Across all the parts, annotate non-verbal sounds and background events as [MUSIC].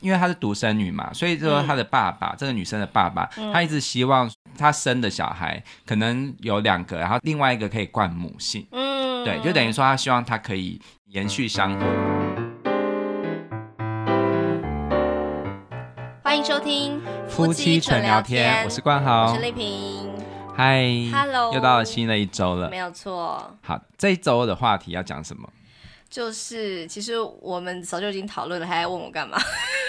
因为她是独生女嘛，所以嗯说她的爸爸，这个女生的爸爸，他一直希望她生的小孩可能有两个，然后另外一个可以冠母姓，嗯，对，就等于说他希望他可以延续香火。欢迎收听我是冠我豪是，丽萍，嗨 Hello 又到了新的一周了没。有错，好，这一周的话题要讲什么？ [LAUGHS] 就是其实我们早就已经讨论了，还要问我干嘛？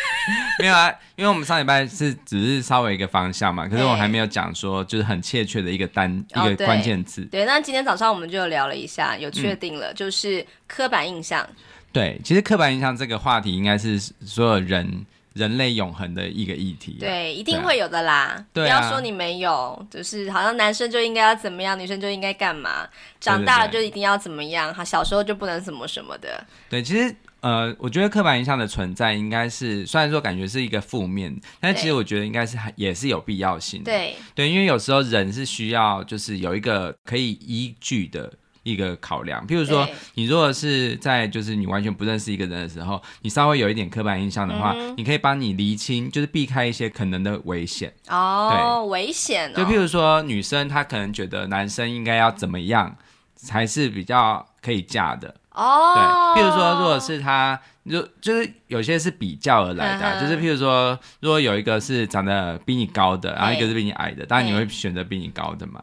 [LAUGHS] 没有啊，因为我们上礼拜是只是稍微一个方向嘛，可是我哎还没有讲说就是很欠缺的一个单、哦一个对关键字。对，那今天早上我们就有聊了一下，有确定嗯了，就是刻板印象，对，其实刻板印象这个话题应该是所有人人类永恒的一个议题、，啊对，一定会有的啦。对不啊要说你没有，就是好像男生就应该要怎么样，女生就应该干嘛，长大了对对就一定要怎么样，哈，小时候就不能什么什么的。对，其实。呃，我觉得刻板印象的存在应该是，虽然说感觉是一个负面，但对其实我觉得应该是还也是有必要性的。对，嗯对，因为有时候人是需要就是有一个可以依据的一个考量，譬如说对你如果是在就是你完全不认识一个人的时候，你稍微有一点刻板印象的话，嗯你可以帮你厘清，就是避开一些可能的危险。哦，危险哦，就譬如说女生她可能觉得男生应该要怎么样才是比较可以嫁的，对，哦，譬如说，如果是他，就就是有些是比较而来的啊、嗯哼就是譬如说，如果有一个是长得比你高的，然后一个是比你矮的，当然你会选择比你高的嘛，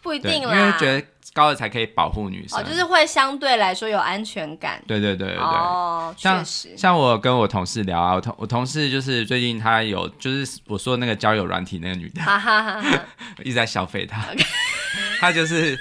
不一对，定因啦，为觉得高的才可以保护女生，哦，就是会相对来说有安全感。对啊对对对对。哦，确像实，像我跟我同事聊啊，我同我同事就是最近他有就是我说那个交友软体那个女的，哈哈 [LAUGHS] 哈哈。一直在消费他， [LAUGHS] 他就是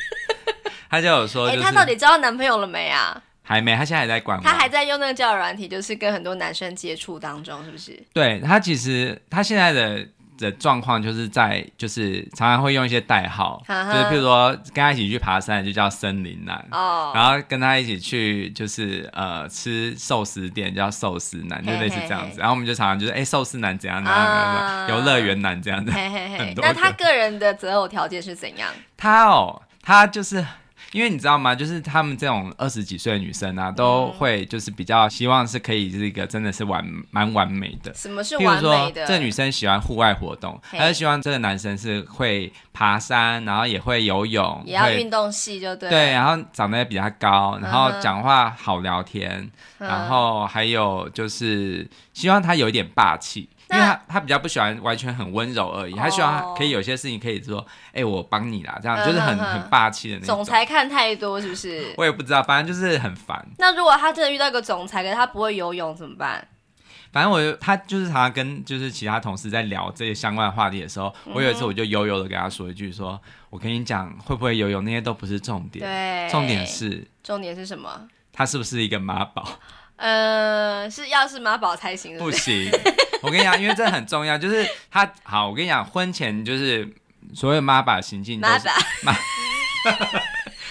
他就有说哦哎、就是她到底交到男朋友了没啊？还没，他现在还在管我，她还在用那个交友软体，就是跟很多男生接触当中，是不是？对他其实他现在的的状况就是在就是常常会用一些代号， [LAUGHS] 哈就哈是譬如说跟他一起去爬山就叫森林男。哦，嗯然后跟他一起去，就是呃吃寿司店叫寿司男，就嘿类似嘿这样嘿子。然后我们就常常就是哎寿司男怎样怎样怎样啊怎样，游乐园男这样子。嘿嘿嘿 [LAUGHS] 很。多那个她个人的择偶条件是怎样？他哦，他就是因为你知道吗？就是他们这种二十几岁的女生嗯啊，都会就是比较希望是可以是一个真的是完蛮完美的。什么是譬如完说美，的？这女生喜欢户外活动，嘿她就希望这个男生是会爬山，然后也会游泳，也要会运动系就对。对，，啊然后长得也比她高，然后嗯哼讲话好聊天，嗯然后还有就是希望她有一点霸气。因那为她她比较不喜欢完全很温柔而已，她希望她哦可以有些事情可以说，哎、我帮你啦，这样嗯就是很哼哼很霸气的那总种。裁看太多是不是？我也不知道，反正就是很烦。那如果她真的遇到一个总裁，可是她不会游泳怎么办？反正我就他就是常常跟就是其他同事在聊这些相关的话题的时候，我嗯有一次我就悠悠的跟他说一句说，我跟你讲，会不会游泳那些都不是重点，对，重点是重点是什么？他是不是一个妈宝？呃，是要是妈宝才行，是不不是？行，我跟你讲，因为这很重要，就是他好，我跟你讲，婚前就是所有妈宝行径都妈是宝，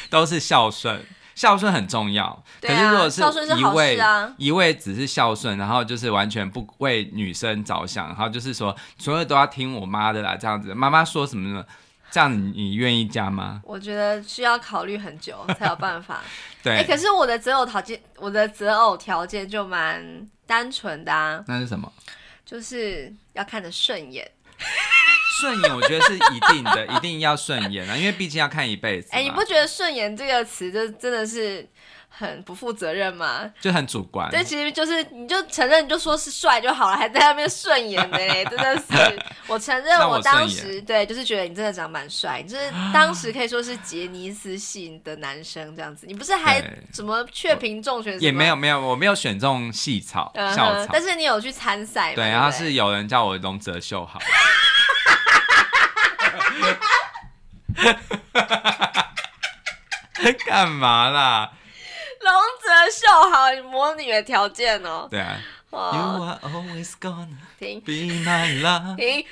都是孝顺。孝顺很重要，对可啊是如果是孝顺是一好味、事啊一味只是孝顺，然后就是完全不为女生着想，然后就是说所有都要听我妈的啦，这样子，妈妈说什么什么，这样你你愿意嫁吗？我觉得需要考虑很久才有办法。 [LAUGHS] 对，哎、可是我的择偶条件，我的择偶条件就蛮单纯的啊，那是什么？就是要看得顺眼。顺眼，我觉得是一定的，一定要顺眼啊，因为毕竟要看一辈子嘛，哎、你不觉得“顺眼”这个词就真的是很不负责任吗？就很主观。这其实就是你就承认，你就说是帅就好了，还在那边顺眼 [LAUGHS] 的嘞，真的是。我承认那我我当顺时对，就是觉得你真的长蛮帅， [GASPS] 就是当时可以说是杰尼斯系的男生这样子。你不是还对什么雀屏中选什么也没有没有，我没有选中细草嗯校哼，草但，是你有去参赛嘛？对，对不对，然后是有人叫我龙泽秀好， [LAUGHS] 干嘛啦？龙泽秀好，你模拟的条件哦。对啊，You 哦， are always gonna 停 [LAUGHS] be my love。停，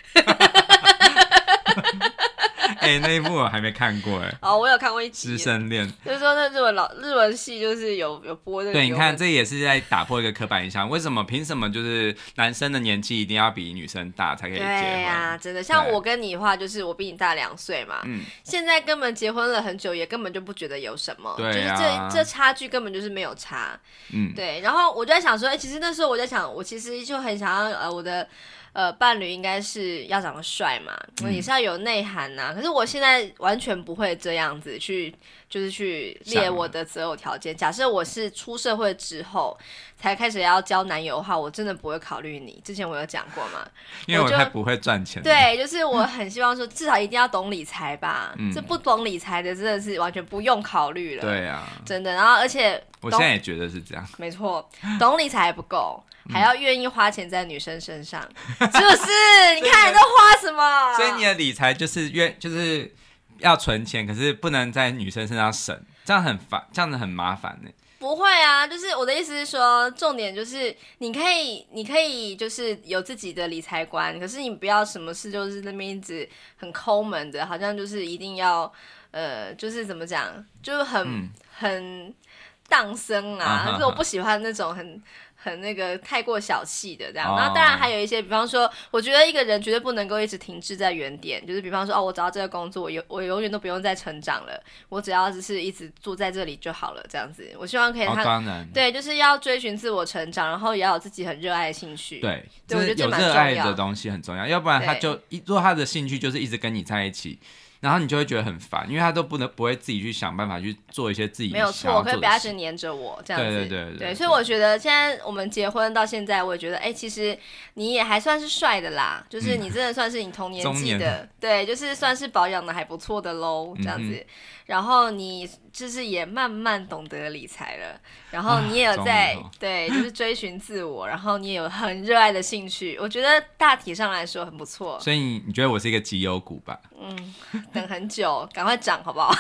哎、哎、那一部我还没看过哎、哦，我有看过一集师，生恋》。就是说那日文老日文系就是有有播这个。对，你看，这也是在打破一个刻板印象。为什么？凭什么就是男生的年纪一定要比女生大才可以对啊结婚？呀、真的，像对我跟你的话，就是我比你大两岁嘛，嗯，现在根本结婚了很久，也根本就不觉得有什么，对啊就是这这差距根本就是没有差。嗯，对，然后我就在想说，哎、其实那时候我在想，我其实就很想要呃我的。呃，伴侣应该是要长得帅嘛，嗯也是要有内涵呐、可是我现在完全不会这样子去，就是去列想我的择偶条件。假设我是出社会之后才开始要交男友的话，我真的不会考虑你。之前我有讲过嘛，因为我我就太不会赚钱。， [LAUGHS] 对，就是我很希望说，至少一定要懂理财吧。嗯这不懂理财的真的是完全不用考虑了。，对啊，真的。然后而且我懂现在也觉得是这样。没错，懂理财还不够，还要愿意花钱在女生 [LAUGHS] 身上，是不是？你看你都花什么？所以你的理财就是约，就是要存钱，可是不能在女生身上省，这样很烦，这样子很麻烦呢、不会啊，就是我的意思是说，重点就是你可以，你可以就是有自己的理财观，可是你不要什么事就是那边一直很抠门的，好像就是一定要呃，就是怎么讲，就是很、嗯很荡生啊哈啊，哈就是我不喜欢那种很。很那个太过小气的这样，哦然后当然还有一些，比方说，我觉得一个人绝对不能够一直停滞在原点，就是比方说，哦，我找到这个工作，我永我永远都不用再成长了，我只要只是一直坐在这里就好了，这样子。我希望可以让哦，他、当然，对，就是要追寻自我成长，然后也要有自己很热爱的兴趣。，对，对就我是觉得这有蛮热重爱的要东西很重要，要不然他对就一如果他的兴趣就是一直跟你在一起，然后你就会觉得很烦，因为他都不能不会自己去想办法去做一些自己没有想错，要可以做不要的一直事。黏着我这样子。对对对对对所以我觉得现在我们结婚到现在，我也觉得，哎、其实你也还算是帅的啦，就是你真的算是你同年嗯纪中的，对，就是算是保养的还不错的喽，嗯这样子。然后你就是也慢慢懂得理财了，然后你也有啊在、终于哦对，就是追寻自我，然后你也有很热爱的兴趣，我觉得大体上来说很不错。所以你你觉得我是一个绩优股吧？等很久，赶快涨好不 [LAUGHS] 好？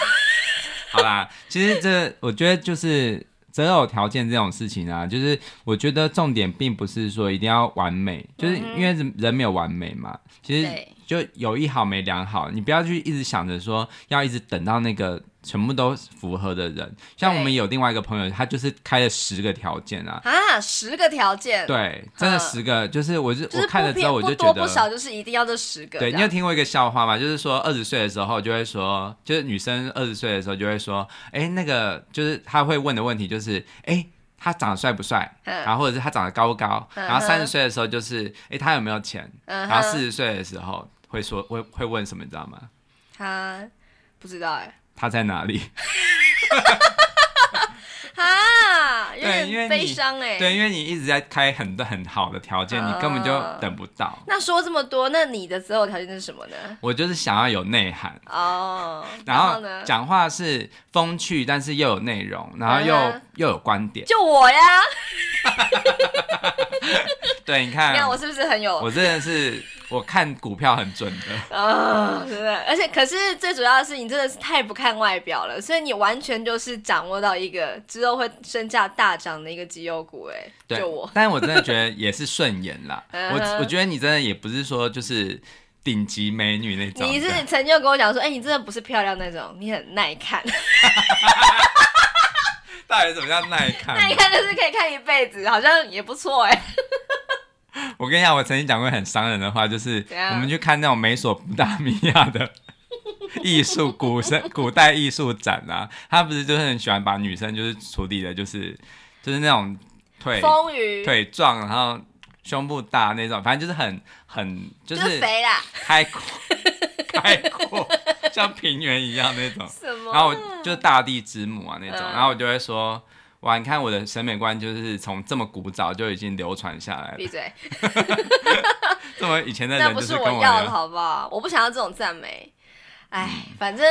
好啦，其实这我觉得就是择偶条件这种事情啊，就是我觉得重点并不是说一定要完美，就是因为人人没有完美嘛。其实嗯对就有一好没两好，你不要去一直想着说要一直等到那个全部都符合的人。像我们对有另外一个朋友，他就是开了十个条件啊。啊，十个条件，，对，真的嗯十个，就是我就就是我不看了之后，我就偏不觉多得不少，就是一定要这十个。对，这你样有听过一个笑话吗？就是说，二十岁的时候就会说，就是女生二十岁的时候就会说，哎、那个就是她会问的问题就是，哎、他长得帅不帅？嗯然后或者是他长得高不高？嗯然后三十哼岁的时候就是，哎、他有没有钱？嗯哼，然后四十岁的时候会说会会问什么，你知道吗？他不知道哎，他在哪里？哈，啊有对因为点你悲伤 [LAUGHS] 哎。对，因为你一直在开很多很好的条件，你根本就啊等不到。那说这么多，那你的择偶条件是什么呢？我就是想要有内涵，哦，然后呢？讲话是风趣，但是又有内容，然后又、嗯哼又有观点。就我呀，对，你你看，看我是不是很有哎 [LAUGHS] 我真的是我看股票很准 [LAUGHS] 的，啊？真的，而且可是最主要的是，你真的是太不看外表了，所以你完全就是掌握到一个之后会身价大涨的一个绩优股哎，对就我，但是我真的觉得也是顺眼 [LAUGHS] 啦。嗯我哼我觉得你真的也不是说就是顶级美女那种你是的，曾经有跟我讲说，哎、你真的不是漂亮那种，你很耐看， [LAUGHS] 到底怎么样耐看？ [LAUGHS] 耐看就是可以看一辈子，好像也不错哎、我跟你讲，我曾经讲过很伤人的话，就是怎样我们去看那种美索不达米亚 [LAUGHS] 的艺术古生古代艺术展啊，他不是就是很喜欢把女生就是处理的，就是就是那种腿风雨腿壮，然后胸部大那种，反正就是很很就就是是肥啦，开阔， [LAUGHS] 开阔，像平原一样那种。什么啊？然后我就是大地之母啊那种，嗯然后我就会说，哇，你看我的审美观就是从这么古早就已经流传下来了，闭嘴，这么以前的那人不就是跟我要的聊好不好？我不想要这种赞美。哎，[LAUGHS] 反正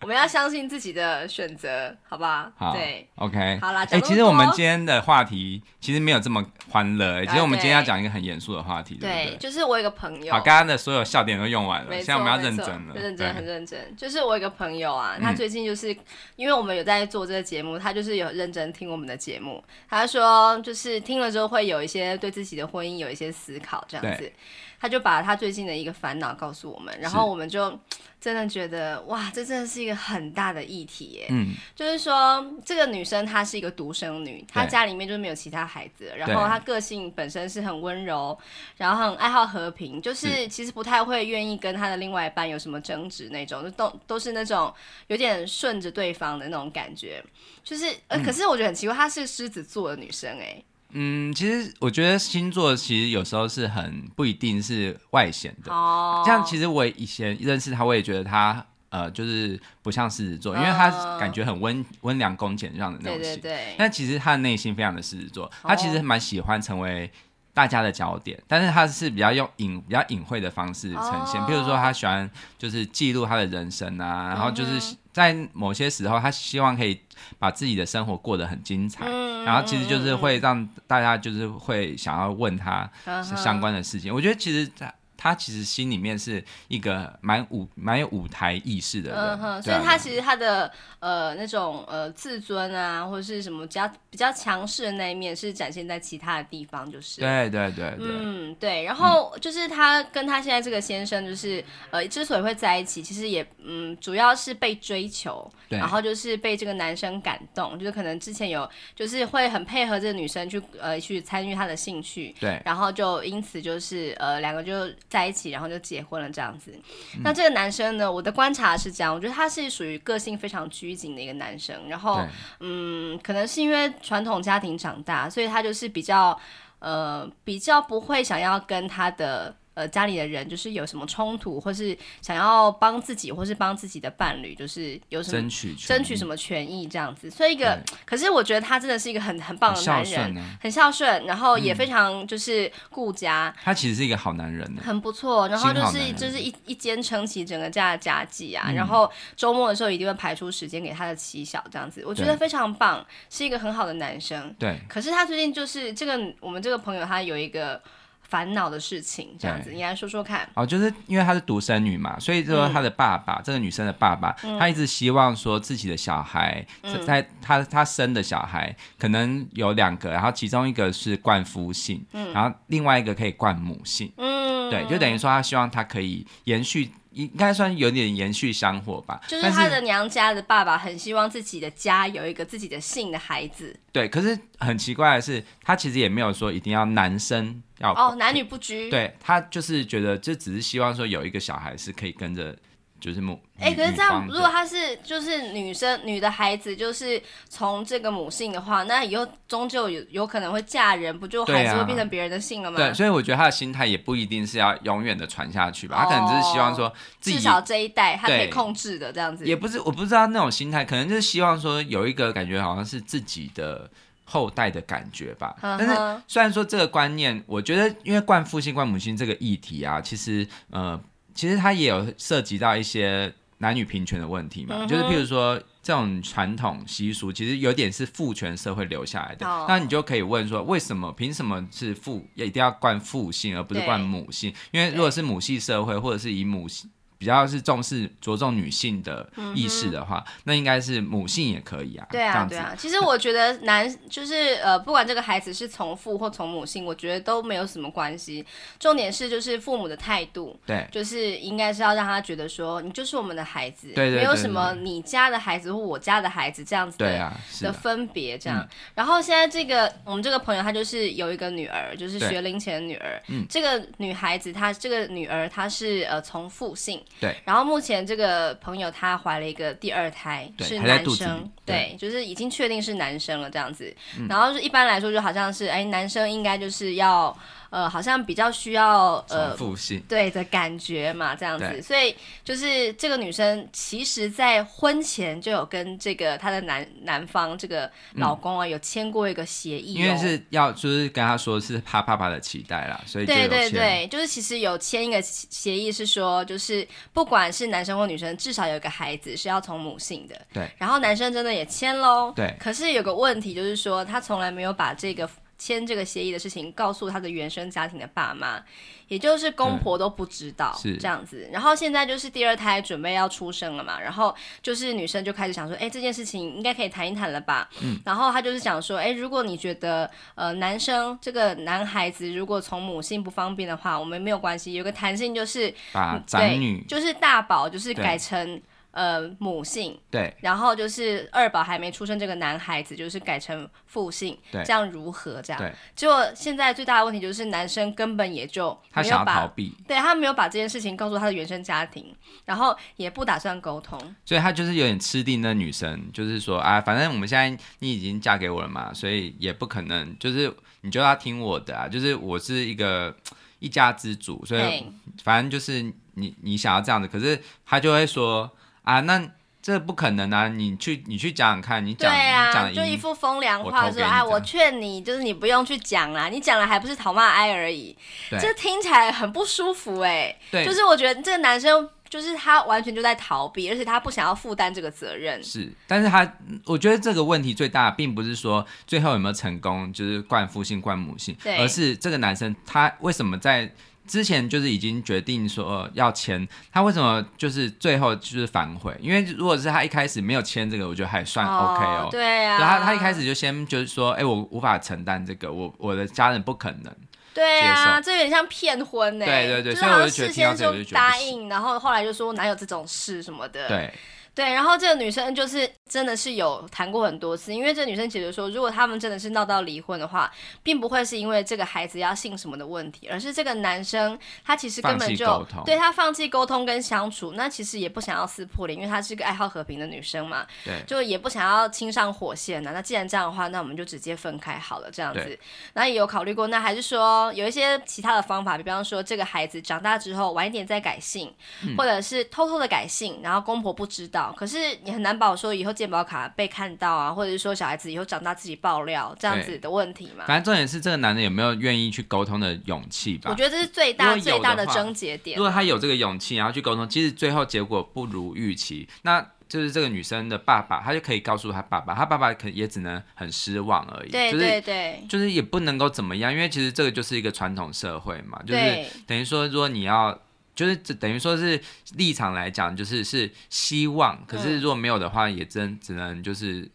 我们要相信自己的选择，好吧？好对， OK，好啦哎，讲那么其实我们多今天的话题其实没有这么欢乐，哎，其实我们啊对今天要讲一个很严肃的话题，对对，不就是我有一个朋对？友好，，刚刚的所有笑点都用完了，没现错，在我们要没认错真了，认对真很认真。就是我有一个朋友啊，嗯他最近就是、因为我们有在做这个节目，他就是有认真听我们的节目。他说就是听了之后会有一些对自己的婚姻有一些思考这样子，他就把他最近的一个烦恼告诉我们，然后我们就真的觉得，哇，这真的是一个很大的议题耶。嗯，就是说，这个女生她是一个独生女，她家里面就是没有其他孩子，然后她个性本身是很温柔，然后很爱好和平，就是其实不太会愿意跟她的另外一半有什么争执那种，就都都是那种有点顺着对方的那种感觉。就是，呃，可是我觉得很奇怪，她是狮子座的女生哎，嗯，其实我觉得星座其实有时候是很不一定是外显的。哦，像其实我以前认识他，我也觉得他呃，就是不像狮子座，因为他嗯感觉很温温良恭俭让的那种对哦对哦型。对，但其实他的内心非常的狮子座，他其实蛮喜欢成为大家的焦点，但是他是比较用隐比较隐晦的方式呈现，哦譬如说他喜欢就是记录他的人生啊，然后就嗯是在某些时候他希望可以把自己的生活过得很精彩，嗯然后其实就是嗯嗯会让大家就是会想要问他嗯哼相关的事情，我觉得其实他。他其实心里面是一个蛮舞蛮有舞台意识的人，嗯哼，所对以啊他其实他的呃那种呃自尊啊，或者是什么比较比较强势的那一面，是展现在其他的地方，就是。对啊对对对，嗯，对，然后就是他跟他现在这个先生，就是呃，之所以会在一起，其实也嗯，主要是被追求，对然后就是被这个男生感动，就是可能之前有就是会很配合这个女生去呃去参与她的兴趣，对然后就因此就是呃两个就在一起，然后就结婚了这样子。那这个男生呢，我的观察是这样，我觉得他是属于个性非常拘谨的一个男生，然后对嗯，可能是因为传统家庭长大，所以他就是比较呃比较不会想要跟他的。呃，家里的人就是有什么冲突，或是想要帮自己，或是帮自己的伴侣，就是有什么争取争取什么么权益这样子。所以一个，可是我觉得他真的是一个很很棒的男孝人，顺啊，很孝顺，然后嗯也非常就是顾家，他其实是一个好男人啊呢。很不错。然后就心好男是人嗯就是一一肩撑起整个家的家计啊，然后周末的时候一定会排出时间给他的妻小这样子，我觉得对非常棒，是一个很好的男生。对，可是他最近就是这个我们这个朋友他有一个烦恼的事情，这样子，对你来说说看。哦，就是因为她是独生女嘛，所以嗯说她的爸爸，这个女生的爸爸，他一直希望说自己的小孩，嗯在他他生的小孩可能有两个，然后其中一个是冠夫姓，然后另外一个可以冠母姓，嗯，对，就等于说他希望他可以延续，应该算有点延续香火吧，就是但他的娘家的爸爸很希望自己的家有一个自己的姓的孩子对，可是很奇怪的是，他其实也没有说一定要男生要哦，男女不拘。对他就是觉得，这只是希望说有一个小孩是可以跟着，就是母。哎、女可是这样，女方的如果她是就是女生女的孩子，就是从这个母姓的话，那以后终究有有可能会嫁人，不就对啊还是会变成别人的姓了吗？对，所以我觉得他的心态也不一定是要永远的传下去吧，他可能只是希望说自至己。少这一代她可以对控制的这样子。也不是，我不知道那种心态，可能就是希望说有一个感觉，好像是自己的后代的感觉吧。嗯哼但是虽然说这个观念，我觉得因为冠父姓、冠母姓这个议题啊，其实呃，其实它也有涉及到一些男女平权的问题嘛，嗯哼就是譬如说。这种传统习俗其实有点是父权社会留下来的哦那你就可以问说，为什么凭什么是父也一定要冠父姓而不是对冠母姓？因为对如果是母系社会或者是以母系比较是重视着重女性的意识的话，那应该是母性也可以啊。嗯对这啊，样子对啊。其实我觉得男就是呃，不管这个孩子是从父或从母姓，我觉得都没有什么关系。重点是就是父母的态度，对就是应该是要让他觉得说，你就是我们的孩子，对对没有对什对么你家的孩子或我家的孩子这样子的对啊，是的啊分别这样。然后现在这个我们这个朋友，她就是有一个女儿，就是对嗯学龄前的女儿。这个女孩子她这个女儿她是呃从父姓。对。然后目前这个朋友她怀了一个第二胎，对嗯是还在男肚子生里。对，就是已经确定是男生了这样子。然后就一般来说就好像是哎男生应该就是要呃好像比较需要呃从父性。对的感觉嘛，这样子，对所以就是这个女生，其实在婚前就有跟这个她的男男方这个老公啊、有签过一个协议、哦，嗯因为是要就是跟他说是怕爸爸的期待啦，所以就有对对签对，就是其实有签一个协协议，是说就是不管是男生或女生，至少有一个孩子是要从母姓的。对。然后男生真的也签喽。对可是有个问题就是说，他从来没有把这个签这个协议的事情告诉他的原生家庭的爸妈，也就是公婆都不知道嗯是这样子。然后现在就是第二胎准备要出生了嘛，然后就是女生就开始想说，哎、这件事情应该可以谈一谈了吧？嗯、然后她就是想说，哎、如果你觉得呃男生这个男孩子如果从母性不方便的话，我们没有关系，有个弹性就是把嗯长女对就是大宝就是对改成呃母姓，对然后就是二宝还没出生这个男孩子就是改成父姓，对这样如何？这样对，结果现在最大的问题就是男生根本也就他没有想要逃把。避，对他没有把这件事情告诉他的原生家庭，然后也不打算沟通，所以他就是有点吃定那女生，就是说啊，反正我们现在你已经嫁给我了嘛，所以也不可能，就是你就要听我的啊，就是我是一个一家之主，所以对，反正就是你你想要这样子，可是他就会说啊，那这不可能啊，你去你去讲讲看，你对讲、你讲啊，的就一赢，副风凉我话投给说，你哎，这我样劝你，就是你不用去讲啦，你讲了还不是讨骂哀而已，对这听起来很不舒服哎、对，就是我觉得这个男生就是他完全就在逃避，而且他不想要负担这个责任。是，但是他，我觉得这个问题最大，并不是说最后有没有成功，就是冠夫姓、冠母姓，对而是这个男生他为什么在之前就是已经决定说要签，他为什么就是最后就是反悔？因为如果是他一开始没有签这个，我觉得还算 OK 哦。对啊，对他，他一开始就先就是说，哎、我无法承担这个，我我的家人不可能。对啊，接这有点像骗婚呢、欸对对对就是所以好我像就觉得事听到先这个我就觉得答不行应，然后后来就说哪有这种事什么的。对，对，然后这个女生就是真的是有谈过很多次，因为这个女生解释说，如果他们真的是闹到离婚的话，并不会是因为这个孩子要姓什么的问题，而是这个男生他其实根放本弃就沟通对他放弃沟通跟相处，那其实也不想要撕破脸，因为她是一个爱好和平的女生嘛，对就也不想要亲上火线呐、那既然这样的话，那我们就直接分开好了，这样子对。然后也有考虑过，那还是说有一些其他的方法，比方说这个孩子长大之后晚一点再改姓，嗯或者是偷偷的改姓，然后公婆不知道。可是你很难保说以后健保卡被看到啊，或者是说小孩子以后长大自己爆料这样子的问题嘛。反正重点是这个男的有没有愿意去沟通的勇气吧我。觉得这是最大如果有的最大的话症结点如。果他有这个勇气，然后去沟通，其实最后结果不如预期，那就是这个女生的爸爸，他就可以告诉他爸爸，他爸爸可也只能很失望而已，对就对是对，就是也不能够怎么样，因为其实这个就是一个传统社会嘛，就是对等于说，如果你要。就是这等于说是立场来讲，就是是希望，可嗯是如果没有的话，也真只能就是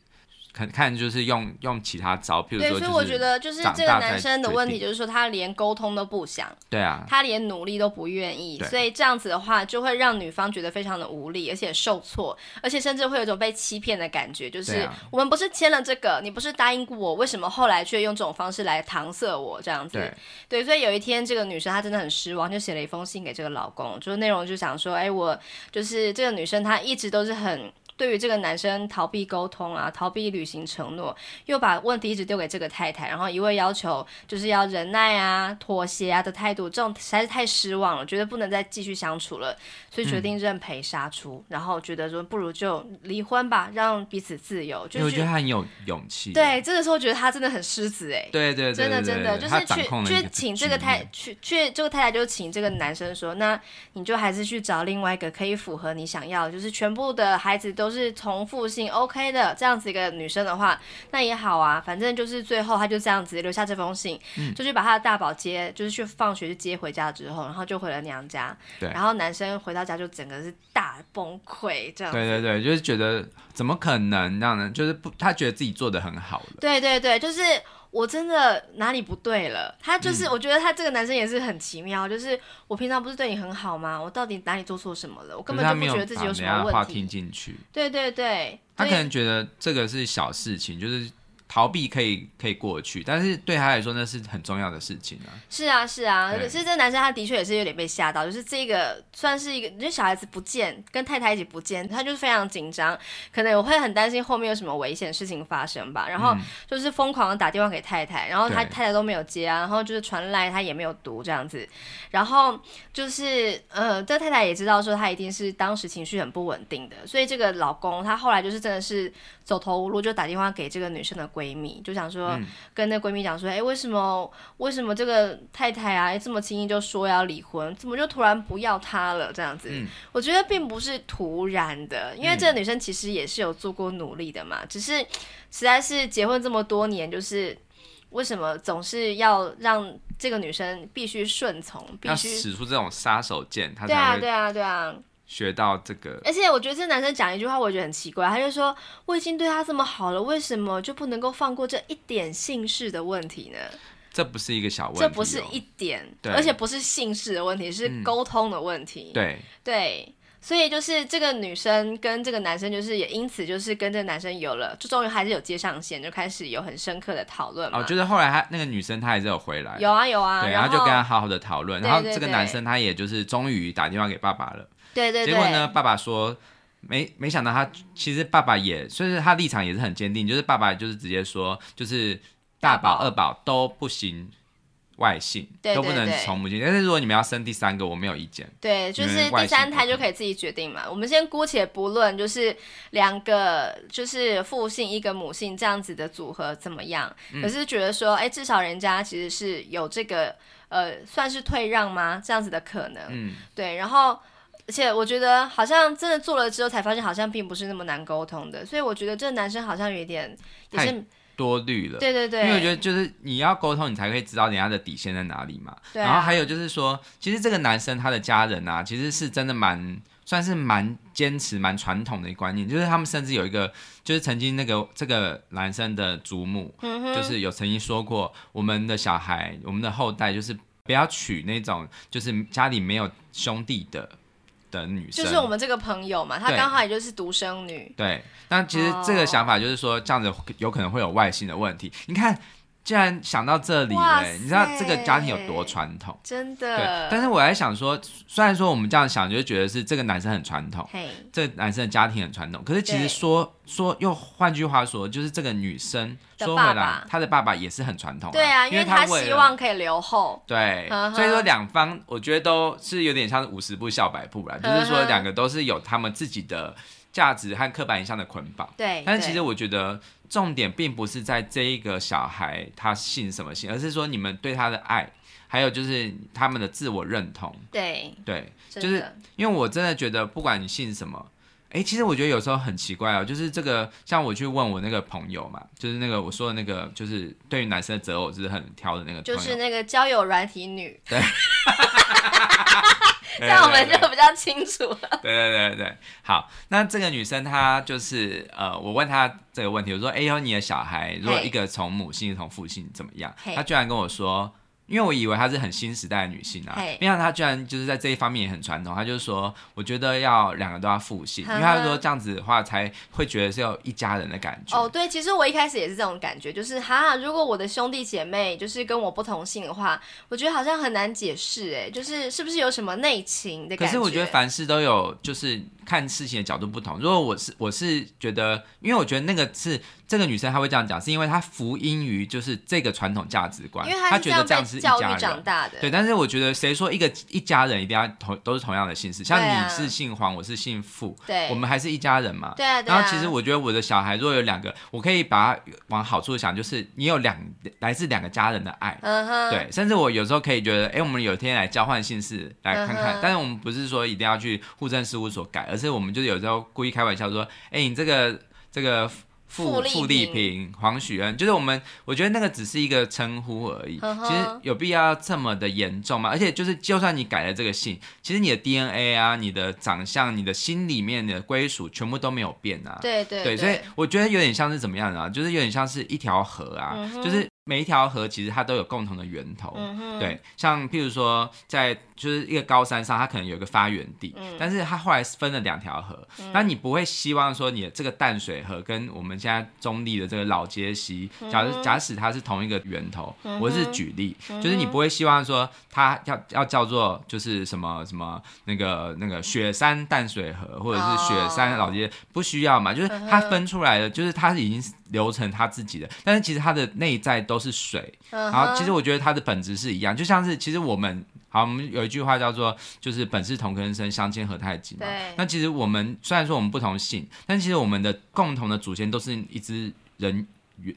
看看就是用用其他招，譬如对，说、就所是以我觉得就是长这个大男再生的决问题，定就是说他连沟通都不想。对啊，他连努力都不愿意，对所以这样子的话，就会让女方觉得非常的无力，而且受挫，而且甚至会有一种被欺骗的感觉，就是、对啊我们不是签了这个，你不是答应过我，为什么后来却用这种方式来搪塞我这样子？对对，所以有一天这个女生她真的很失望，就写了一封信给这个老公，就是内容就想说，哎，我就是这个女生她一直都是很。对于这个男生逃避沟通啊，逃避履行承诺，又把问题一直丢给这个太太，然后一味要求就是要忍耐啊、妥协啊的态度，这种实在是太失望了，觉得不能再继续相处了，所以决嗯定认赔杀出，然后觉得说不如就离婚吧，让彼此自由。因为就我是觉得他很有勇气，对，这个时候觉得他真的很狮子哎、对对对，真的对真对的，对就他是掌控了去一去个请局这个太面去去这个太太就请这个男生说，那你就还是去找另外一个可以符合你想要的，就是全部的孩子都是重复性 OK 的这样子一个女生的话，那也好啊，反正就是最后他就这样子留下这封信，嗯就去把他的大宝接，就是去放学去接回家之后，然后就回了娘家，对然后男生回到家就整个是大崩溃这样子。对对对，就是觉得怎么可能让人就是不，他觉得自己做的很好了。对对对，就是我真的哪里不对了。他嗯就是，我觉得他这个男生也是很奇妙，就是我平常不是对你很好吗？我到底哪里做错什么了？我根可本是他就没不有觉把得自己有什人家么的话问听题。进去，对对对，他可对能觉得这个是小事情，就是逃避可以可以过去，但是对他来说那是很重要的事情啊。是啊是啊，对可是这男生他的确也是有点被吓到，就是这个算是一个，就小孩子不见，跟太太一起不见，他就是非常紧张，可能我会很担心后面有什么危险事情发生吧。然后就是疯狂的打电话给太太，然后他嗯对太太都没有接啊，然后就是传来他也没有读这样子，然后就是呃，这太太也知道说他一定是当时情绪很不稳定的，所以这个老公他后来就是真的是走投无路，就打电话给这个女生的闺蜜，就想说嗯跟那闺蜜讲说，哎、为什么为什么这个太太啊这么轻易就说要离婚，怎么就突然不要她了？这样子，嗯我觉得并不是突然的，因为这个女生其实也是有做过努力的嘛，只是实在是结婚这么多年，就是为什么总是要让这个女生必须顺从，必要须使出这种杀手锏，他对啊才对会啊对啊。学到这个。而且我觉得这男生讲一句话，我觉得很奇怪，他就说我已经对他这么好了，为什么就不能够放过这一点姓氏的问题呢？这不是一个小问题、这哦，不是一点，对而且不是姓氏的问题，是嗯沟通的问题。对对，所以就是这个女生跟这个男生，就是也因此就是跟这个男生有了，就终于还是有接上线，就开始有很深刻的讨论嘛。哦，就是后来他那个女生她还是有回来，有啊有啊，对，然然后就跟他好好的讨论，对然后对这个对男生他也就是终于打电话给爸爸了，对对对，结果呢，爸爸说。没没想到他其实爸爸也，所以他立场也是很坚定，就是爸爸就是直接说，就是大大宝宝二宝都不行外姓，对都不对能对从母亲。但是如果你们要生第三个，我没有意见。对，就因为是外第形三不胎就同可以自己决定嘛。我们先姑且不论，就是两个就是父姓一个母姓这样子的组合怎么样，嗯可是觉得说，哎、至少人家其实是有这个呃，算是退让吗？这样子的可能，嗯，对，然后。而且我觉得好像真的做了之后才发现，好像并不是那么难沟通的，所以我觉得这个男生好像有一点也太是多虑了。对对对，因为我觉得就是你要沟通，你才可以知道人家的底线在哪里嘛。对啊然后还有就是说，其实这个男生他的家人啊，其实是真的蛮算是蛮坚持、蛮传统的观念，就是他们甚至有一个，就是曾经那个这个男生的祖母，嗯哼就是有曾经说过，我们的小孩、我们的后代就是不要娶那种就是家里没有兄弟的的女生，就是我们这个朋友嘛，他对刚好也就是独生女，对，但其实这个想法就是说，这样子有可能会有外星的问题。你看，既然想到这里哇了，你知道这个家庭有多塞传统？真对的。，但是我还想说，虽然说我们这样想，就觉得是这个男生很传统，嘿，这个男生的家庭很传统，可是其对实说说又换句话说，就是这个女生的说回爸来爸，她的爸爸也是很传统、对啊，因因为他他为希了望可以留后，对呵，呵所以说两方我觉得都是有点像是五十步笑百步啦，就是呵说呵两个都是有他们自己的价值和刻板印象的捆绑。哎对。但是其对实我觉得重点并不是在这一个小孩他姓什么姓，而是说你们对他的爱，还有就是他们的自我认同。对，对，真就是的因为我真的觉得不管你姓什么。哎、其实我觉得有时候很奇怪哦，就是这个，像我去问我那个朋友嘛，就是那个我说的那个，就是对于男生的择偶就是很挑的那个朋就友，是那个交友软体女，这对样我们对就比较清楚了。 [LAUGHS] 对对对对，好，那这个女生她就是呃，我问她这个问题，我说：“哎呦，你的小孩如果嘿一个从母姓一个从父姓怎么样？”嘿她居然跟我说，因为我以为她是很新时代的女性啊嘿，没想到她居然就是在这一方面也很传统。她就说：“我觉得要两个都要父姓，因为她呵呵说这样子的话才会觉得是有一家人的感觉。” [LAUGHS] 哦，对，其实我一开始也是这种感觉，就是哈，如果我的兄弟姐妹就是跟我不同姓的话，我觉得好像很难解释，哎，就是是不是有什么内情的可感是我觉得凡事都有，就是看事情的角度不同。如果我是我是觉得，因为我觉得那个是这个女生她会这样讲，是因为她服膺于就是这个传统价值观，因为她他是觉得这样这样被是一教家育长人。大的，对，但是我觉得谁说一个一家人一定要同都是同样的姓氏？像对啊你是姓黄，我是姓傅，对我们还是一家人嘛。对啊对啊然后其实我觉得我的小孩如果有两个，我可以把它往好处想，就是你有两来自两个家人的爱。嗯哼，对，甚至我有时候可以觉得，哎、我们有一天来交换姓氏来看看，嗯哼但是我们不是说一定要去户政事务所改，而是我们就是有时候故意开玩笑说，哎、你这个这个傅傅丽傅丽萍萍、黄许恩，就是我们我觉得那个只是一个称呼而已，嗯哼其实有必要这么的严重吗？而且就是就算你改了这个姓，其实你的 DNA 啊、你的长相、你的心里面、你的归属全部都没有变啊。对对对，所以我觉得有点像是怎么样啊？就是有点像是一条河啊，嗯哼就是每一条河其实它都有共同的源头。嗯哼，对，像譬如说，在就是一个高山上，它可能有一个发源地，嗯但是它后来分了两条河。那、你不会希望说你的这个淡水河跟我们现在中立的这个老街溪，假嗯如哼假使它是同一个源头，嗯哼我是举例，就是你嗯哼不会希望说它要要叫做就是什么什么那个那个雪山淡水河或者是雪哦嗯山老街，不需要嘛，就是它分出来了，就是它已经流成它自己的，但是其实它的内在都是水。嗯哼，然后其实我觉得它的本质是一样，就像是其实我们好，我们有一句话叫做就是本是同根生，相煎何太急嘛对。那其实我们虽然说我们不同姓，但其实我们的共同的祖先都是一只人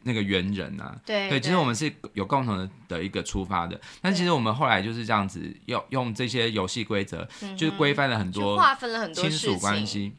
那个猿人啊。对对，其实我们是有共同的的一个出发的，但其实我们后来就是这样子用用这些游戏规则，就是规范了很嗯去多划分了很多亲事属情，关系。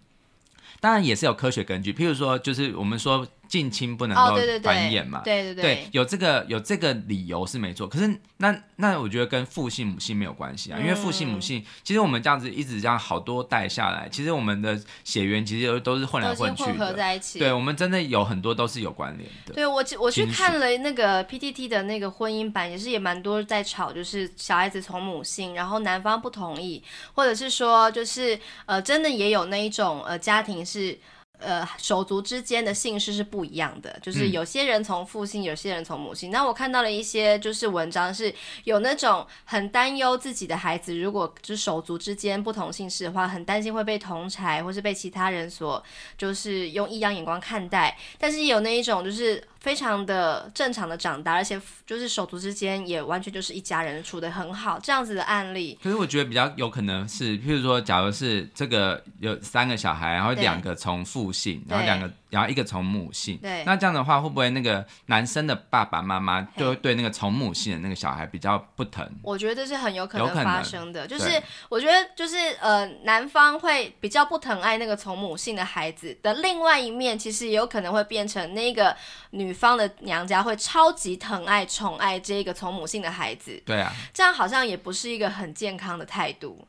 当然也是有科学根据，譬如说，就是我们说近亲不能哦，够对对对，繁衍嘛。对对对，，有这个有这个理由是没错，可是那那我觉得跟父姓母姓没有关系啊，因为父嗯姓母姓，其实我们这样子一直这样好多代下来，其实我们的血缘其实都都是混都来已经混去混合的，在一起。对，我们真的有很多都是有关联的，对我去我去亲属看了那个 PTT 的那个婚姻版，也是也蛮多在吵，就是小孩子从母姓，然后男方不同意，或者是说就是呃，真的也有那一种呃家庭是。呃，手足之间的姓氏是不一样的，就是嗯有些人从父姓，有些人从母姓。那我看到了一些就是文章是有那种很担忧自己的孩子，如果就是手足之间不同姓氏的话，很担心会被同才或是被其他人所就是用异样眼光看待。但是也有那一种就是非常的正常的长大，而且就是手足之间也完全就是一家人处得很好这样子的案例。可是我觉得比较有可能是，譬如说，假如是这个有三个小孩，然后对两个从父姓，对然后两个，然后一个从母姓。对那这样的话，会不会那个男生的爸爸妈妈嘿就会对那个从母姓的那个小孩比较不疼？我觉得这是很有可能有可能发生的，就是对我觉得就是呃，男方会比较不疼爱那个从母姓的孩子的另外一面，其实也有可能会变成那个女方的娘家会超级疼爱宠爱这个从母姓的孩子，对啊，这样好像也不是一个很健康的态度，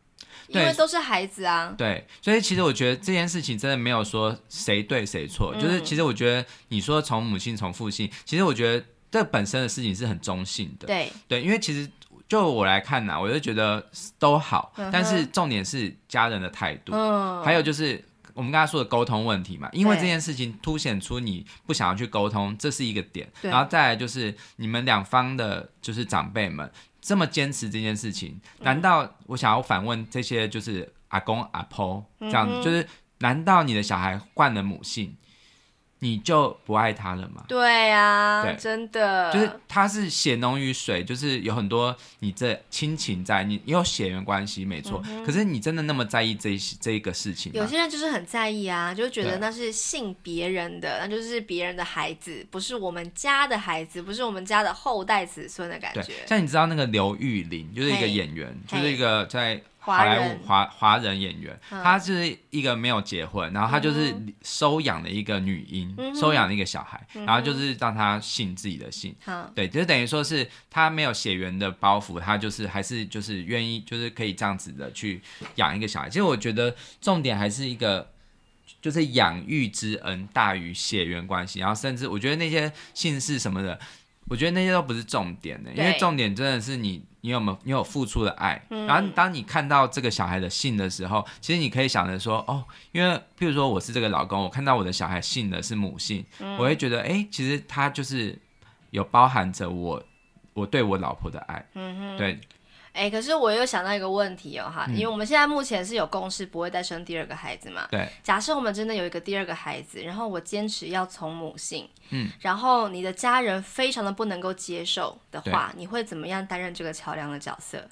因对为都是孩子啊。对，所以其实我觉得这件事情真的没有说谁对谁错，就是嗯其实我觉得你说从母姓从父姓，其实我觉得这本身的事情是很中性的。对，对，因为其实就我来看呐、我就觉得都好，嗯哼但是重点是家人的态度。嗯，还有就是我们刚才说的沟通问题嘛，因为对这件事情凸显出你不想要去沟通，这是一个点。对然后再来就是你们两方的，就是长辈们这么坚持这件事情，嗯难道我想要反问这些就是阿公阿婆这样子，嗯哼就是难道你的小孩换了母姓，你就不爱他了吗？对啊，对真的，就是它是血浓于水，就是有很多你这亲情在，你也有血缘关系，没错。可是你真的那么在意这一这一个事情吗？嗯有些人就是很在意啊，就觉得对那是信别人的，那就是别人的孩子，不是我们家的孩子，不是我们家的后代子孙的感对觉，。像你知道那个刘玉玲，就是一个嘿演员，就嘿是一个在华好莱人坞华华人演员，嗯她就是一个没有结婚，然后她就是收养了一个女婴，嗯哼收养了一个小孩，嗯哼然后就是让她信自己的姓。好，对，就等于说是她没有血缘的包袱，她就是还是就是愿意，就是可以这样子的去养一个小孩。其实我觉得重点还是一个，就是养育之恩大于血缘关系，然后甚至我觉得那些姓氏什么的，我觉得那些都不是重点的，因为对重点真的是你你有没有你有付出的爱，嗯然后当你看到这个小孩的姓的时候，其实你可以想着说，哦，因为譬如说我是这个老公，我看到我的小孩姓的是母姓，嗯我会觉得，哎、其实他就是有包含着我我对我老婆的爱，嗯哼，对哎、可是我又想到一个问题哦，哈，因为我们现在目前是有共识，不会再生第二个孩子嘛。嗯对，假设我们真的有一个第二个孩子，然后我坚持要从母姓，嗯，然后你的家人非常的不能够接受的话，你会怎么样担任这个桥梁的角色？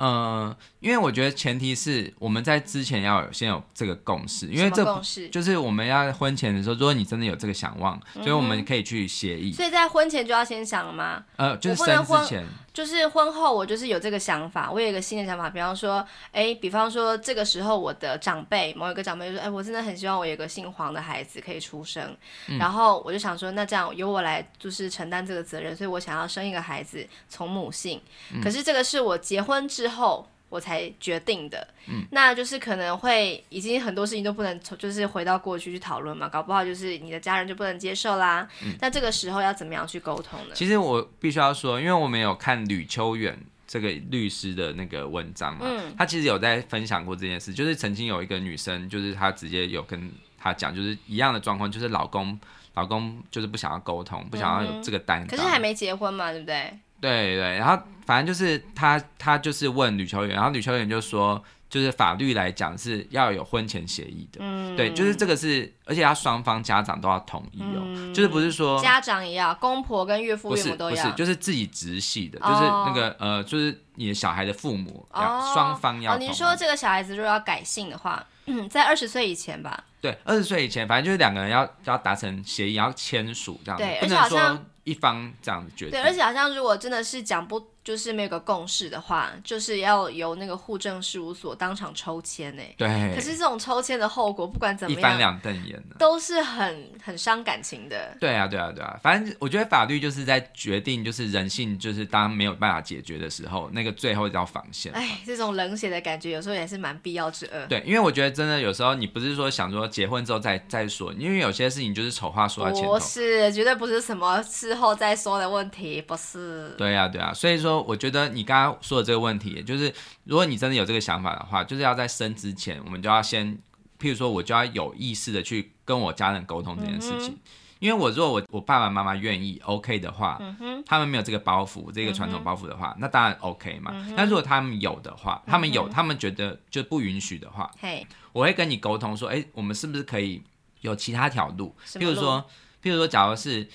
嗯，因为我觉得前提是我们在之前要有先有这个共识，因为什么这共识，就是我们要婚前的时候，如果你真的有这个想嗯望，所以我们可以去协议，所以在婚前就要先想了吗？呃，就我是不能生婚之前。就是婚后我就是有这个想法，我有一个新的想法，比方说，哎，比方说这个时候我的长辈某一个长辈就说，哎，我真的很希望我有一个姓黄的孩子可以出生，嗯然后我就想说，那这样由我来就是承担这个责任，所以我想要生一个孩子从母姓，嗯可是这个是我结婚之后。我才决定的，嗯那就是可能会已经很多事情都不能从，就是回到过去去讨论嘛，搞不好就是你的家人就不能接受啦。那这个时候要怎么样去沟通呢？嗯其实我必须要说，因为我们有看吕秋远这个律师的那个文章嘛，嗯他其实有在分享过这件事，就是曾经有一个女生，就是她直接有跟他讲，就是一样的状况，就是老公老公就是不想要沟通，不想要有这个担当，嗯可是还没结婚嘛，对不对？对对，然后反正就是他他就是问吕秋远，然后吕秋远就说，就是法律来讲是要有婚前协议的，嗯，对，就是这个是，而且他双方家长都要同意哦，就是不是说嗯家长也要，公婆跟岳父不岳是母都不要。是，就是自己直系的，哦就是那个呃，就是你的小孩的父母，两哦，双方要哦，同意。您说这个小孩子如果要改姓的话， [CLEARS THROAT] 嗯，在二十岁以前吧，对，二十岁以前，反正就是两个人要要达成协议，要签署这样子对，不而且能好像说一方这样子决定对，。而且好像如果真的是讲不，就是没有个共识的话，就是要由那个户政事务所当场抽签呢。对，可是这种抽签的后果，不管怎一么翻样，两瞪眼呢。都是很很伤感情的。对啊，对啊，对啊，反正我觉得法律就是在决定，就是人性，就是当没有办法解决的时候，那个最后一道防线。哎，这种冷血的感觉，有时候也是蛮必要之恶。对，因为我觉得真的有时候你不是说想说结婚之后再再说，因为有些事情就是丑话说在前头不。是，绝对不是什么事后再说的问题，不是。对啊，对啊，所以说我觉得你刚刚说的这个问题，就是如果你真的有这个想法的话，就是要在生之前，我们就要先，譬如说，我就要有意识的去跟我家人沟通这件事情，因为我如果我我爸爸妈妈愿意 OK 的话，嗯他们没有这个包袱，这个传统包袱的话，那当然 OK 嗯嘛。但如果他们有的话，他们有，他们觉得就不允许的话，嘿，我会跟你沟通说，哎，我们是不是可以有其他条路？什譬么如路说，譬如说，假如是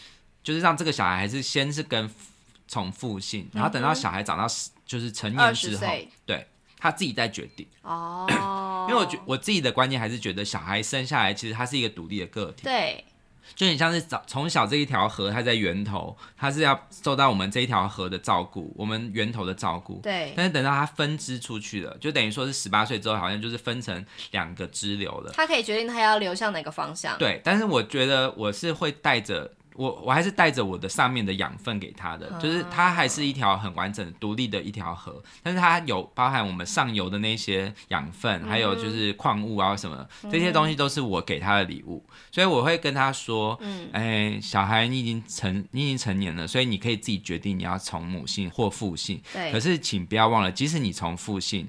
就是让这个小孩还是先是跟父从父姓，然后等到小孩长到十就是成年嗯二十之后，岁对他自己再决定。，哦因为我觉我自己的观念还是觉得小孩生下来其实他是一个独立的个体，对，就很像是早从小这一条河它在源头，它是要受到我们这一条河的照顾，我们源头的照顾。对，但是等到它分支出去了，就等于说是十八岁之后，好像就是分成两个支流了。他可以决定他要流向哪个方向。对，但是我觉得我是会带着我，我还是带着我的上面的养分给他的，就是它还是一条很完整、独立的一条河，但是它有包含我们上游的那些养分，还嗯有就是矿物啊什么，这些东西都是我给他的礼物，所以我会跟他说，嗯哎、小孩，你已经成，你已经成年了，所以你可以自己决定你要从母姓或父姓，可对，是请不要忘了，即使你从父姓。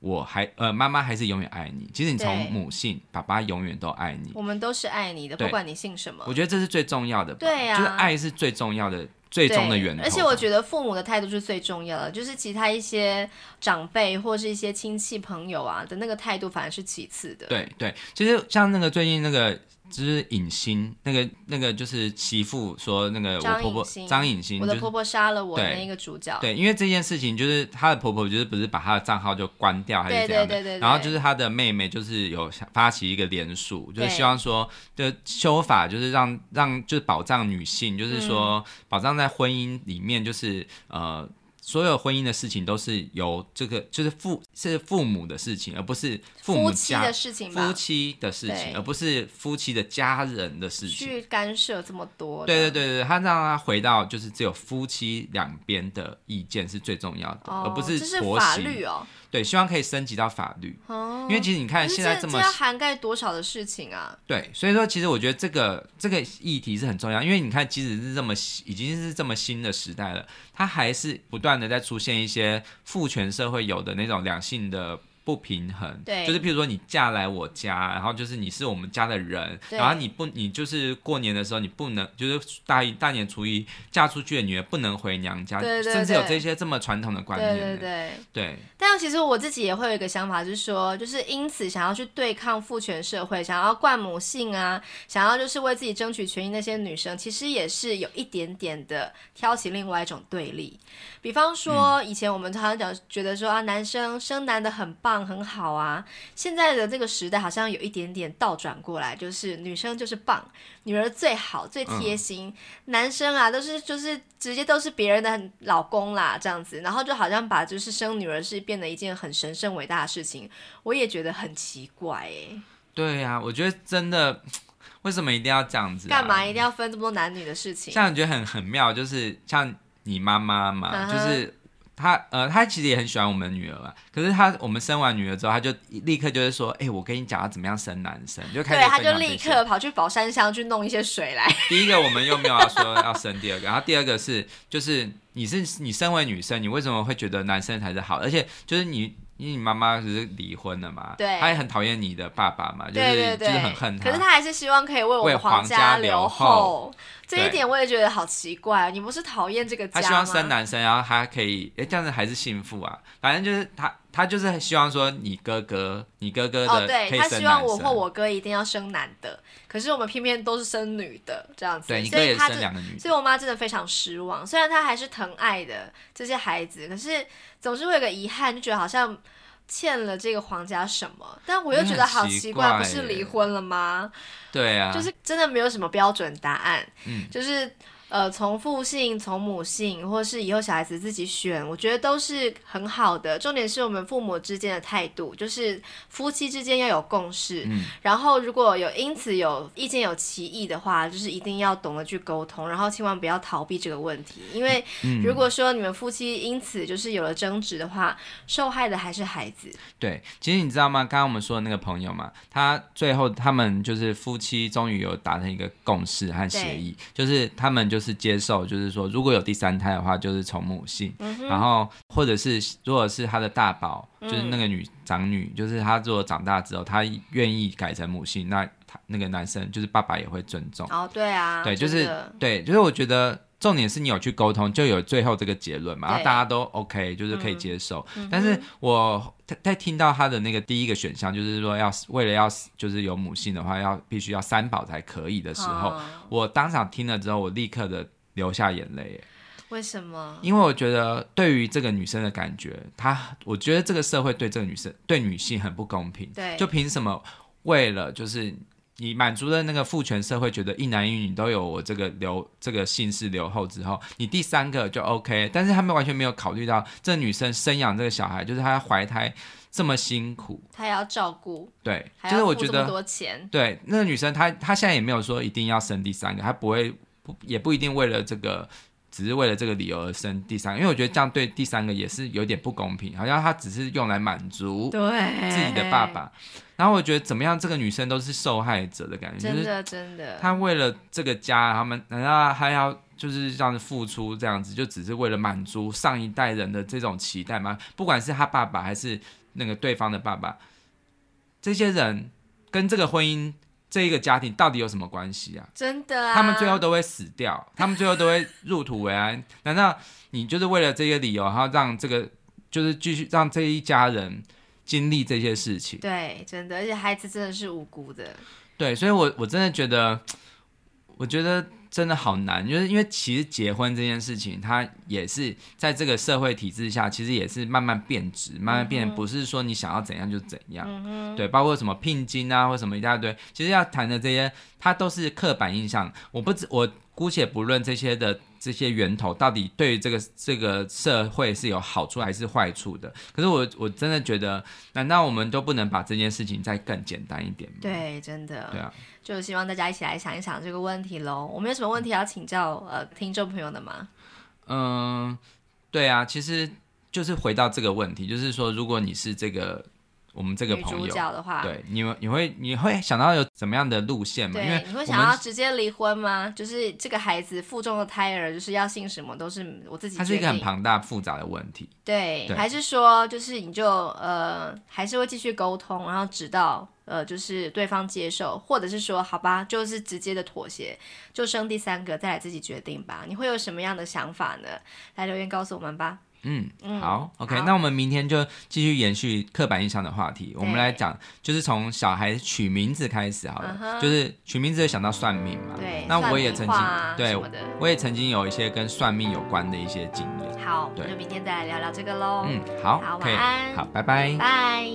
我还呃，妈妈还是永远爱你。即使你从对母姓，爸爸永远都爱你。我们都是爱你的，对不管你姓什么我。觉得这是最重要的吧，对啊就是爱是最重要的、最对终的源头。啊而且我觉得父母的态度是最重要的，就是其他一些长辈或是一些亲戚朋友啊的那个态度反而是其次的。，对对，其实像那个最近那个就是影星，那个那个就是媳妇说那个我张婆婆影星张影星，我就的是婆婆杀了我的对那个主角。对，因为这件事情就是她的婆婆就是不是把她的账号就关掉还是对怎样的，对对对对然后就是她的妹妹就是有发起一个联署，就是对希望说就修法就是让让就是保障女性，就是嗯说保障在婚姻里面就是呃。所有婚姻的事情都是由这个就是父是父母的事情，而不是父母夫妻家的事情吧夫，妻的事情，对而不是夫妻的家人的事情。去干涉这么多。对对。对对，他让他回到就是只有夫妻两边的意见是最重要的，哦，而不这是国法刑。律哦，对，希望可以升级到法律，哦，因为其实你可看是现在这这么要涵盖多少的事情啊？对，所以说其实我觉得这个这个议题是很重要，因为你看，即使是这么已经是这么新的时代了，它还是不断的在出现一些父权社会有的那种两性的。不平衡，对就是譬如说你嫁来我家，然后就是你是我们家的人，对然后你不，你就是过年的时候你不能，就是大一大年初一嫁出去的女儿不能回娘家，对对甚至有对这些这么传统的观念对呢，对对。对但其实我自己也会有一个想法，就是说，就是因此想要去对抗父权社会，想要灌母性啊，想要就是为自己争取权益那些女生，其实也是有一点点的挑起另外一种对立。比方说，以前我们常常讲，觉得说啊，男生生男的很棒很好啊，现在的这个时代好像有一点点倒转过来，就是女生就是棒，女儿最好最贴心，男生啊，都是就是直接都是别人的老公啦，这样子，然后就好像把就是生女儿是变得一件很神圣伟大的事情，我也觉得很奇怪哎、对呀、我觉得真的，为什么一定要这样子、啊？干嘛一定要分这么多男女的事情？像我觉得很很妙，就是像你妈妈嘛，嗯哼就是她呃，她其实也很喜欢我们女儿嘛。可是她我们生完女儿之后，她就立刻就是说，哎、我跟你讲要怎么样生男生，就开对，始他分就享这立些刻跑去宝山乡去弄一些水来。第一个我们又没有要说要生第二个，然后第二个是就是你是你身为女生，你为什么会觉得男生才是好？而且就是你。因为你妈妈就是离婚了嘛，对她也很讨厌你的爸爸嘛， [LAUGHS] 就是对对对，就是很恨他。可是他还是希望可以为我为们皇家家留后留后，这一对点我也觉得好奇怪。你不是讨厌这个家他吗？希望生男生，然后他可以，哎、这样子还是幸福啊。反正就是他，他就是希望说你哥哥，你哥哥的、哦，对可以他生希男望生，我或我哥一定要生男的，可是我们偏偏都是生女的这样子，对你所哥以也他生就两个女的，所以我妈真的非常失望。虽然她还是疼爱的这些孩子，可是总是会有个遗憾，就觉得好像欠了这个皇家什么。但我又觉得好奇怪，嗯很奇怪耶不是离婚了吗？对啊，就是真的没有什么标准答案。嗯就是呃从父姓、从母姓，或是以后小孩子自己选，我觉得都是很好的。重点是我们父母之间的态度，就是夫妻之间要有共识。嗯然后如果有因此有意见有歧义的话，就是一定要懂得去沟通，然后千万不要逃避这个问题，因为嗯如果说你们夫妻因此就是有了争执的话，受害的还是孩子。对，其实你知道吗？刚刚我们说的那个朋友嘛，他最后他们就是夫妻终于有达成一个共识和协议，就是他们就是接受，就是说如果有第三胎的话，就是从母姓，然后或者是如果是他的大宝，就是那个女、长女，就是她如果长大之后，她愿意改成母姓，那他那个男生就是爸爸也会尊重。哦，对啊，对，就真是的对，就是我觉得重点是你有去沟通，就有最后这个结论嘛，然后对嗯大家都 OK，就是可以接受。但是我在在听到他的那个第一个选项，就是说要为了要就是有母性的话，要必须要三宝才可以的时候，哦我当场听了之后，我立刻的流下眼泪耶，为什么？因为我觉得对于这个女生的感觉，她我觉得这个社会对这个女生对女性很不公平。对，就凭什么为了就是你满足了那个父权社会，觉得一男一女都有我这个留这个姓氏留后之后，你第三个就 OK，但是他们完全没有考虑到这女生生养这个小孩，就是她怀胎这么辛苦，他也要照顾，对，还就是要我付觉这么得多钱。对那个女生她她现在也没有说一定要生第三个，她不会不也不一定为了这个。只是为了这个理由而生第三个，因为我觉得这样对第三个也是有点不公平，好像她只是用来满足对，自己的爸，爸。然后我觉得怎么样，这个女生都是受害者的感觉，就真是的真的，她为了这个家，他们难道还要就是这样子付出这样子，就只是为了满足上一代人的这种期待吗？不管是她爸爸还是那个对方的爸爸，这些人跟这个婚姻。这一个家庭到底有什么关系啊？真的啊，他们最后都会死掉，他们最后都会入土为安。难道你就是为了这些理由，然后让这个就是继续让这一家人经历这些事情？对，真的，而且孩子真的是无辜的，对，所以我我真的觉得，我觉得真的好难，就是因为其实结婚这件事情，它也是在这个社会体制下，其实也是慢慢变质，慢慢变，不是说你想要怎样就怎样。对，包括什么聘金啊，或什么一大堆，其实要谈的这些，它都是刻板印象。我不知我姑且不论这些的这些源头到底对于这个这个社会是有好处还是坏处的，可是我我真的觉得，难道我们都不能把这件事情再更简单一点吗？对，真的，对啊。就希望大家一起来想一想这个问题喽。我们有什么问题要请教呃听众朋友的吗？嗯，对啊，其实就是回到这个问题，就是说，如果你是这个我们这个女朋主友，角的啊话，对，你们你会你会想到有怎么样的路线吗？对，因为你会我想要们直接离婚吗？就是这个孩子腹中的胎儿，就是要姓什么都是我自己它是决一个很定。庞大复杂的问题。对，对还是说就是你就呃还是会继续沟通，然后直到呃就是对方接受，或者是说好吧，就是直接的妥协，就生第三个再来自己决定吧。你会有什么样的想法呢？来留言告诉我们吧。嗯，嗯好，OK，好那我们明天就继续延续刻板印象的话题，我们来讲，就是从小孩取名字开始好了嗯哼就是取名字就想到算命嘛。对，那算我也命曾话经啊对什么的。我也曾经有一些跟算命有关的一些经验。好，对那就明天再来聊聊这个喽。嗯，好，好晚可以安，好，拜拜。拜。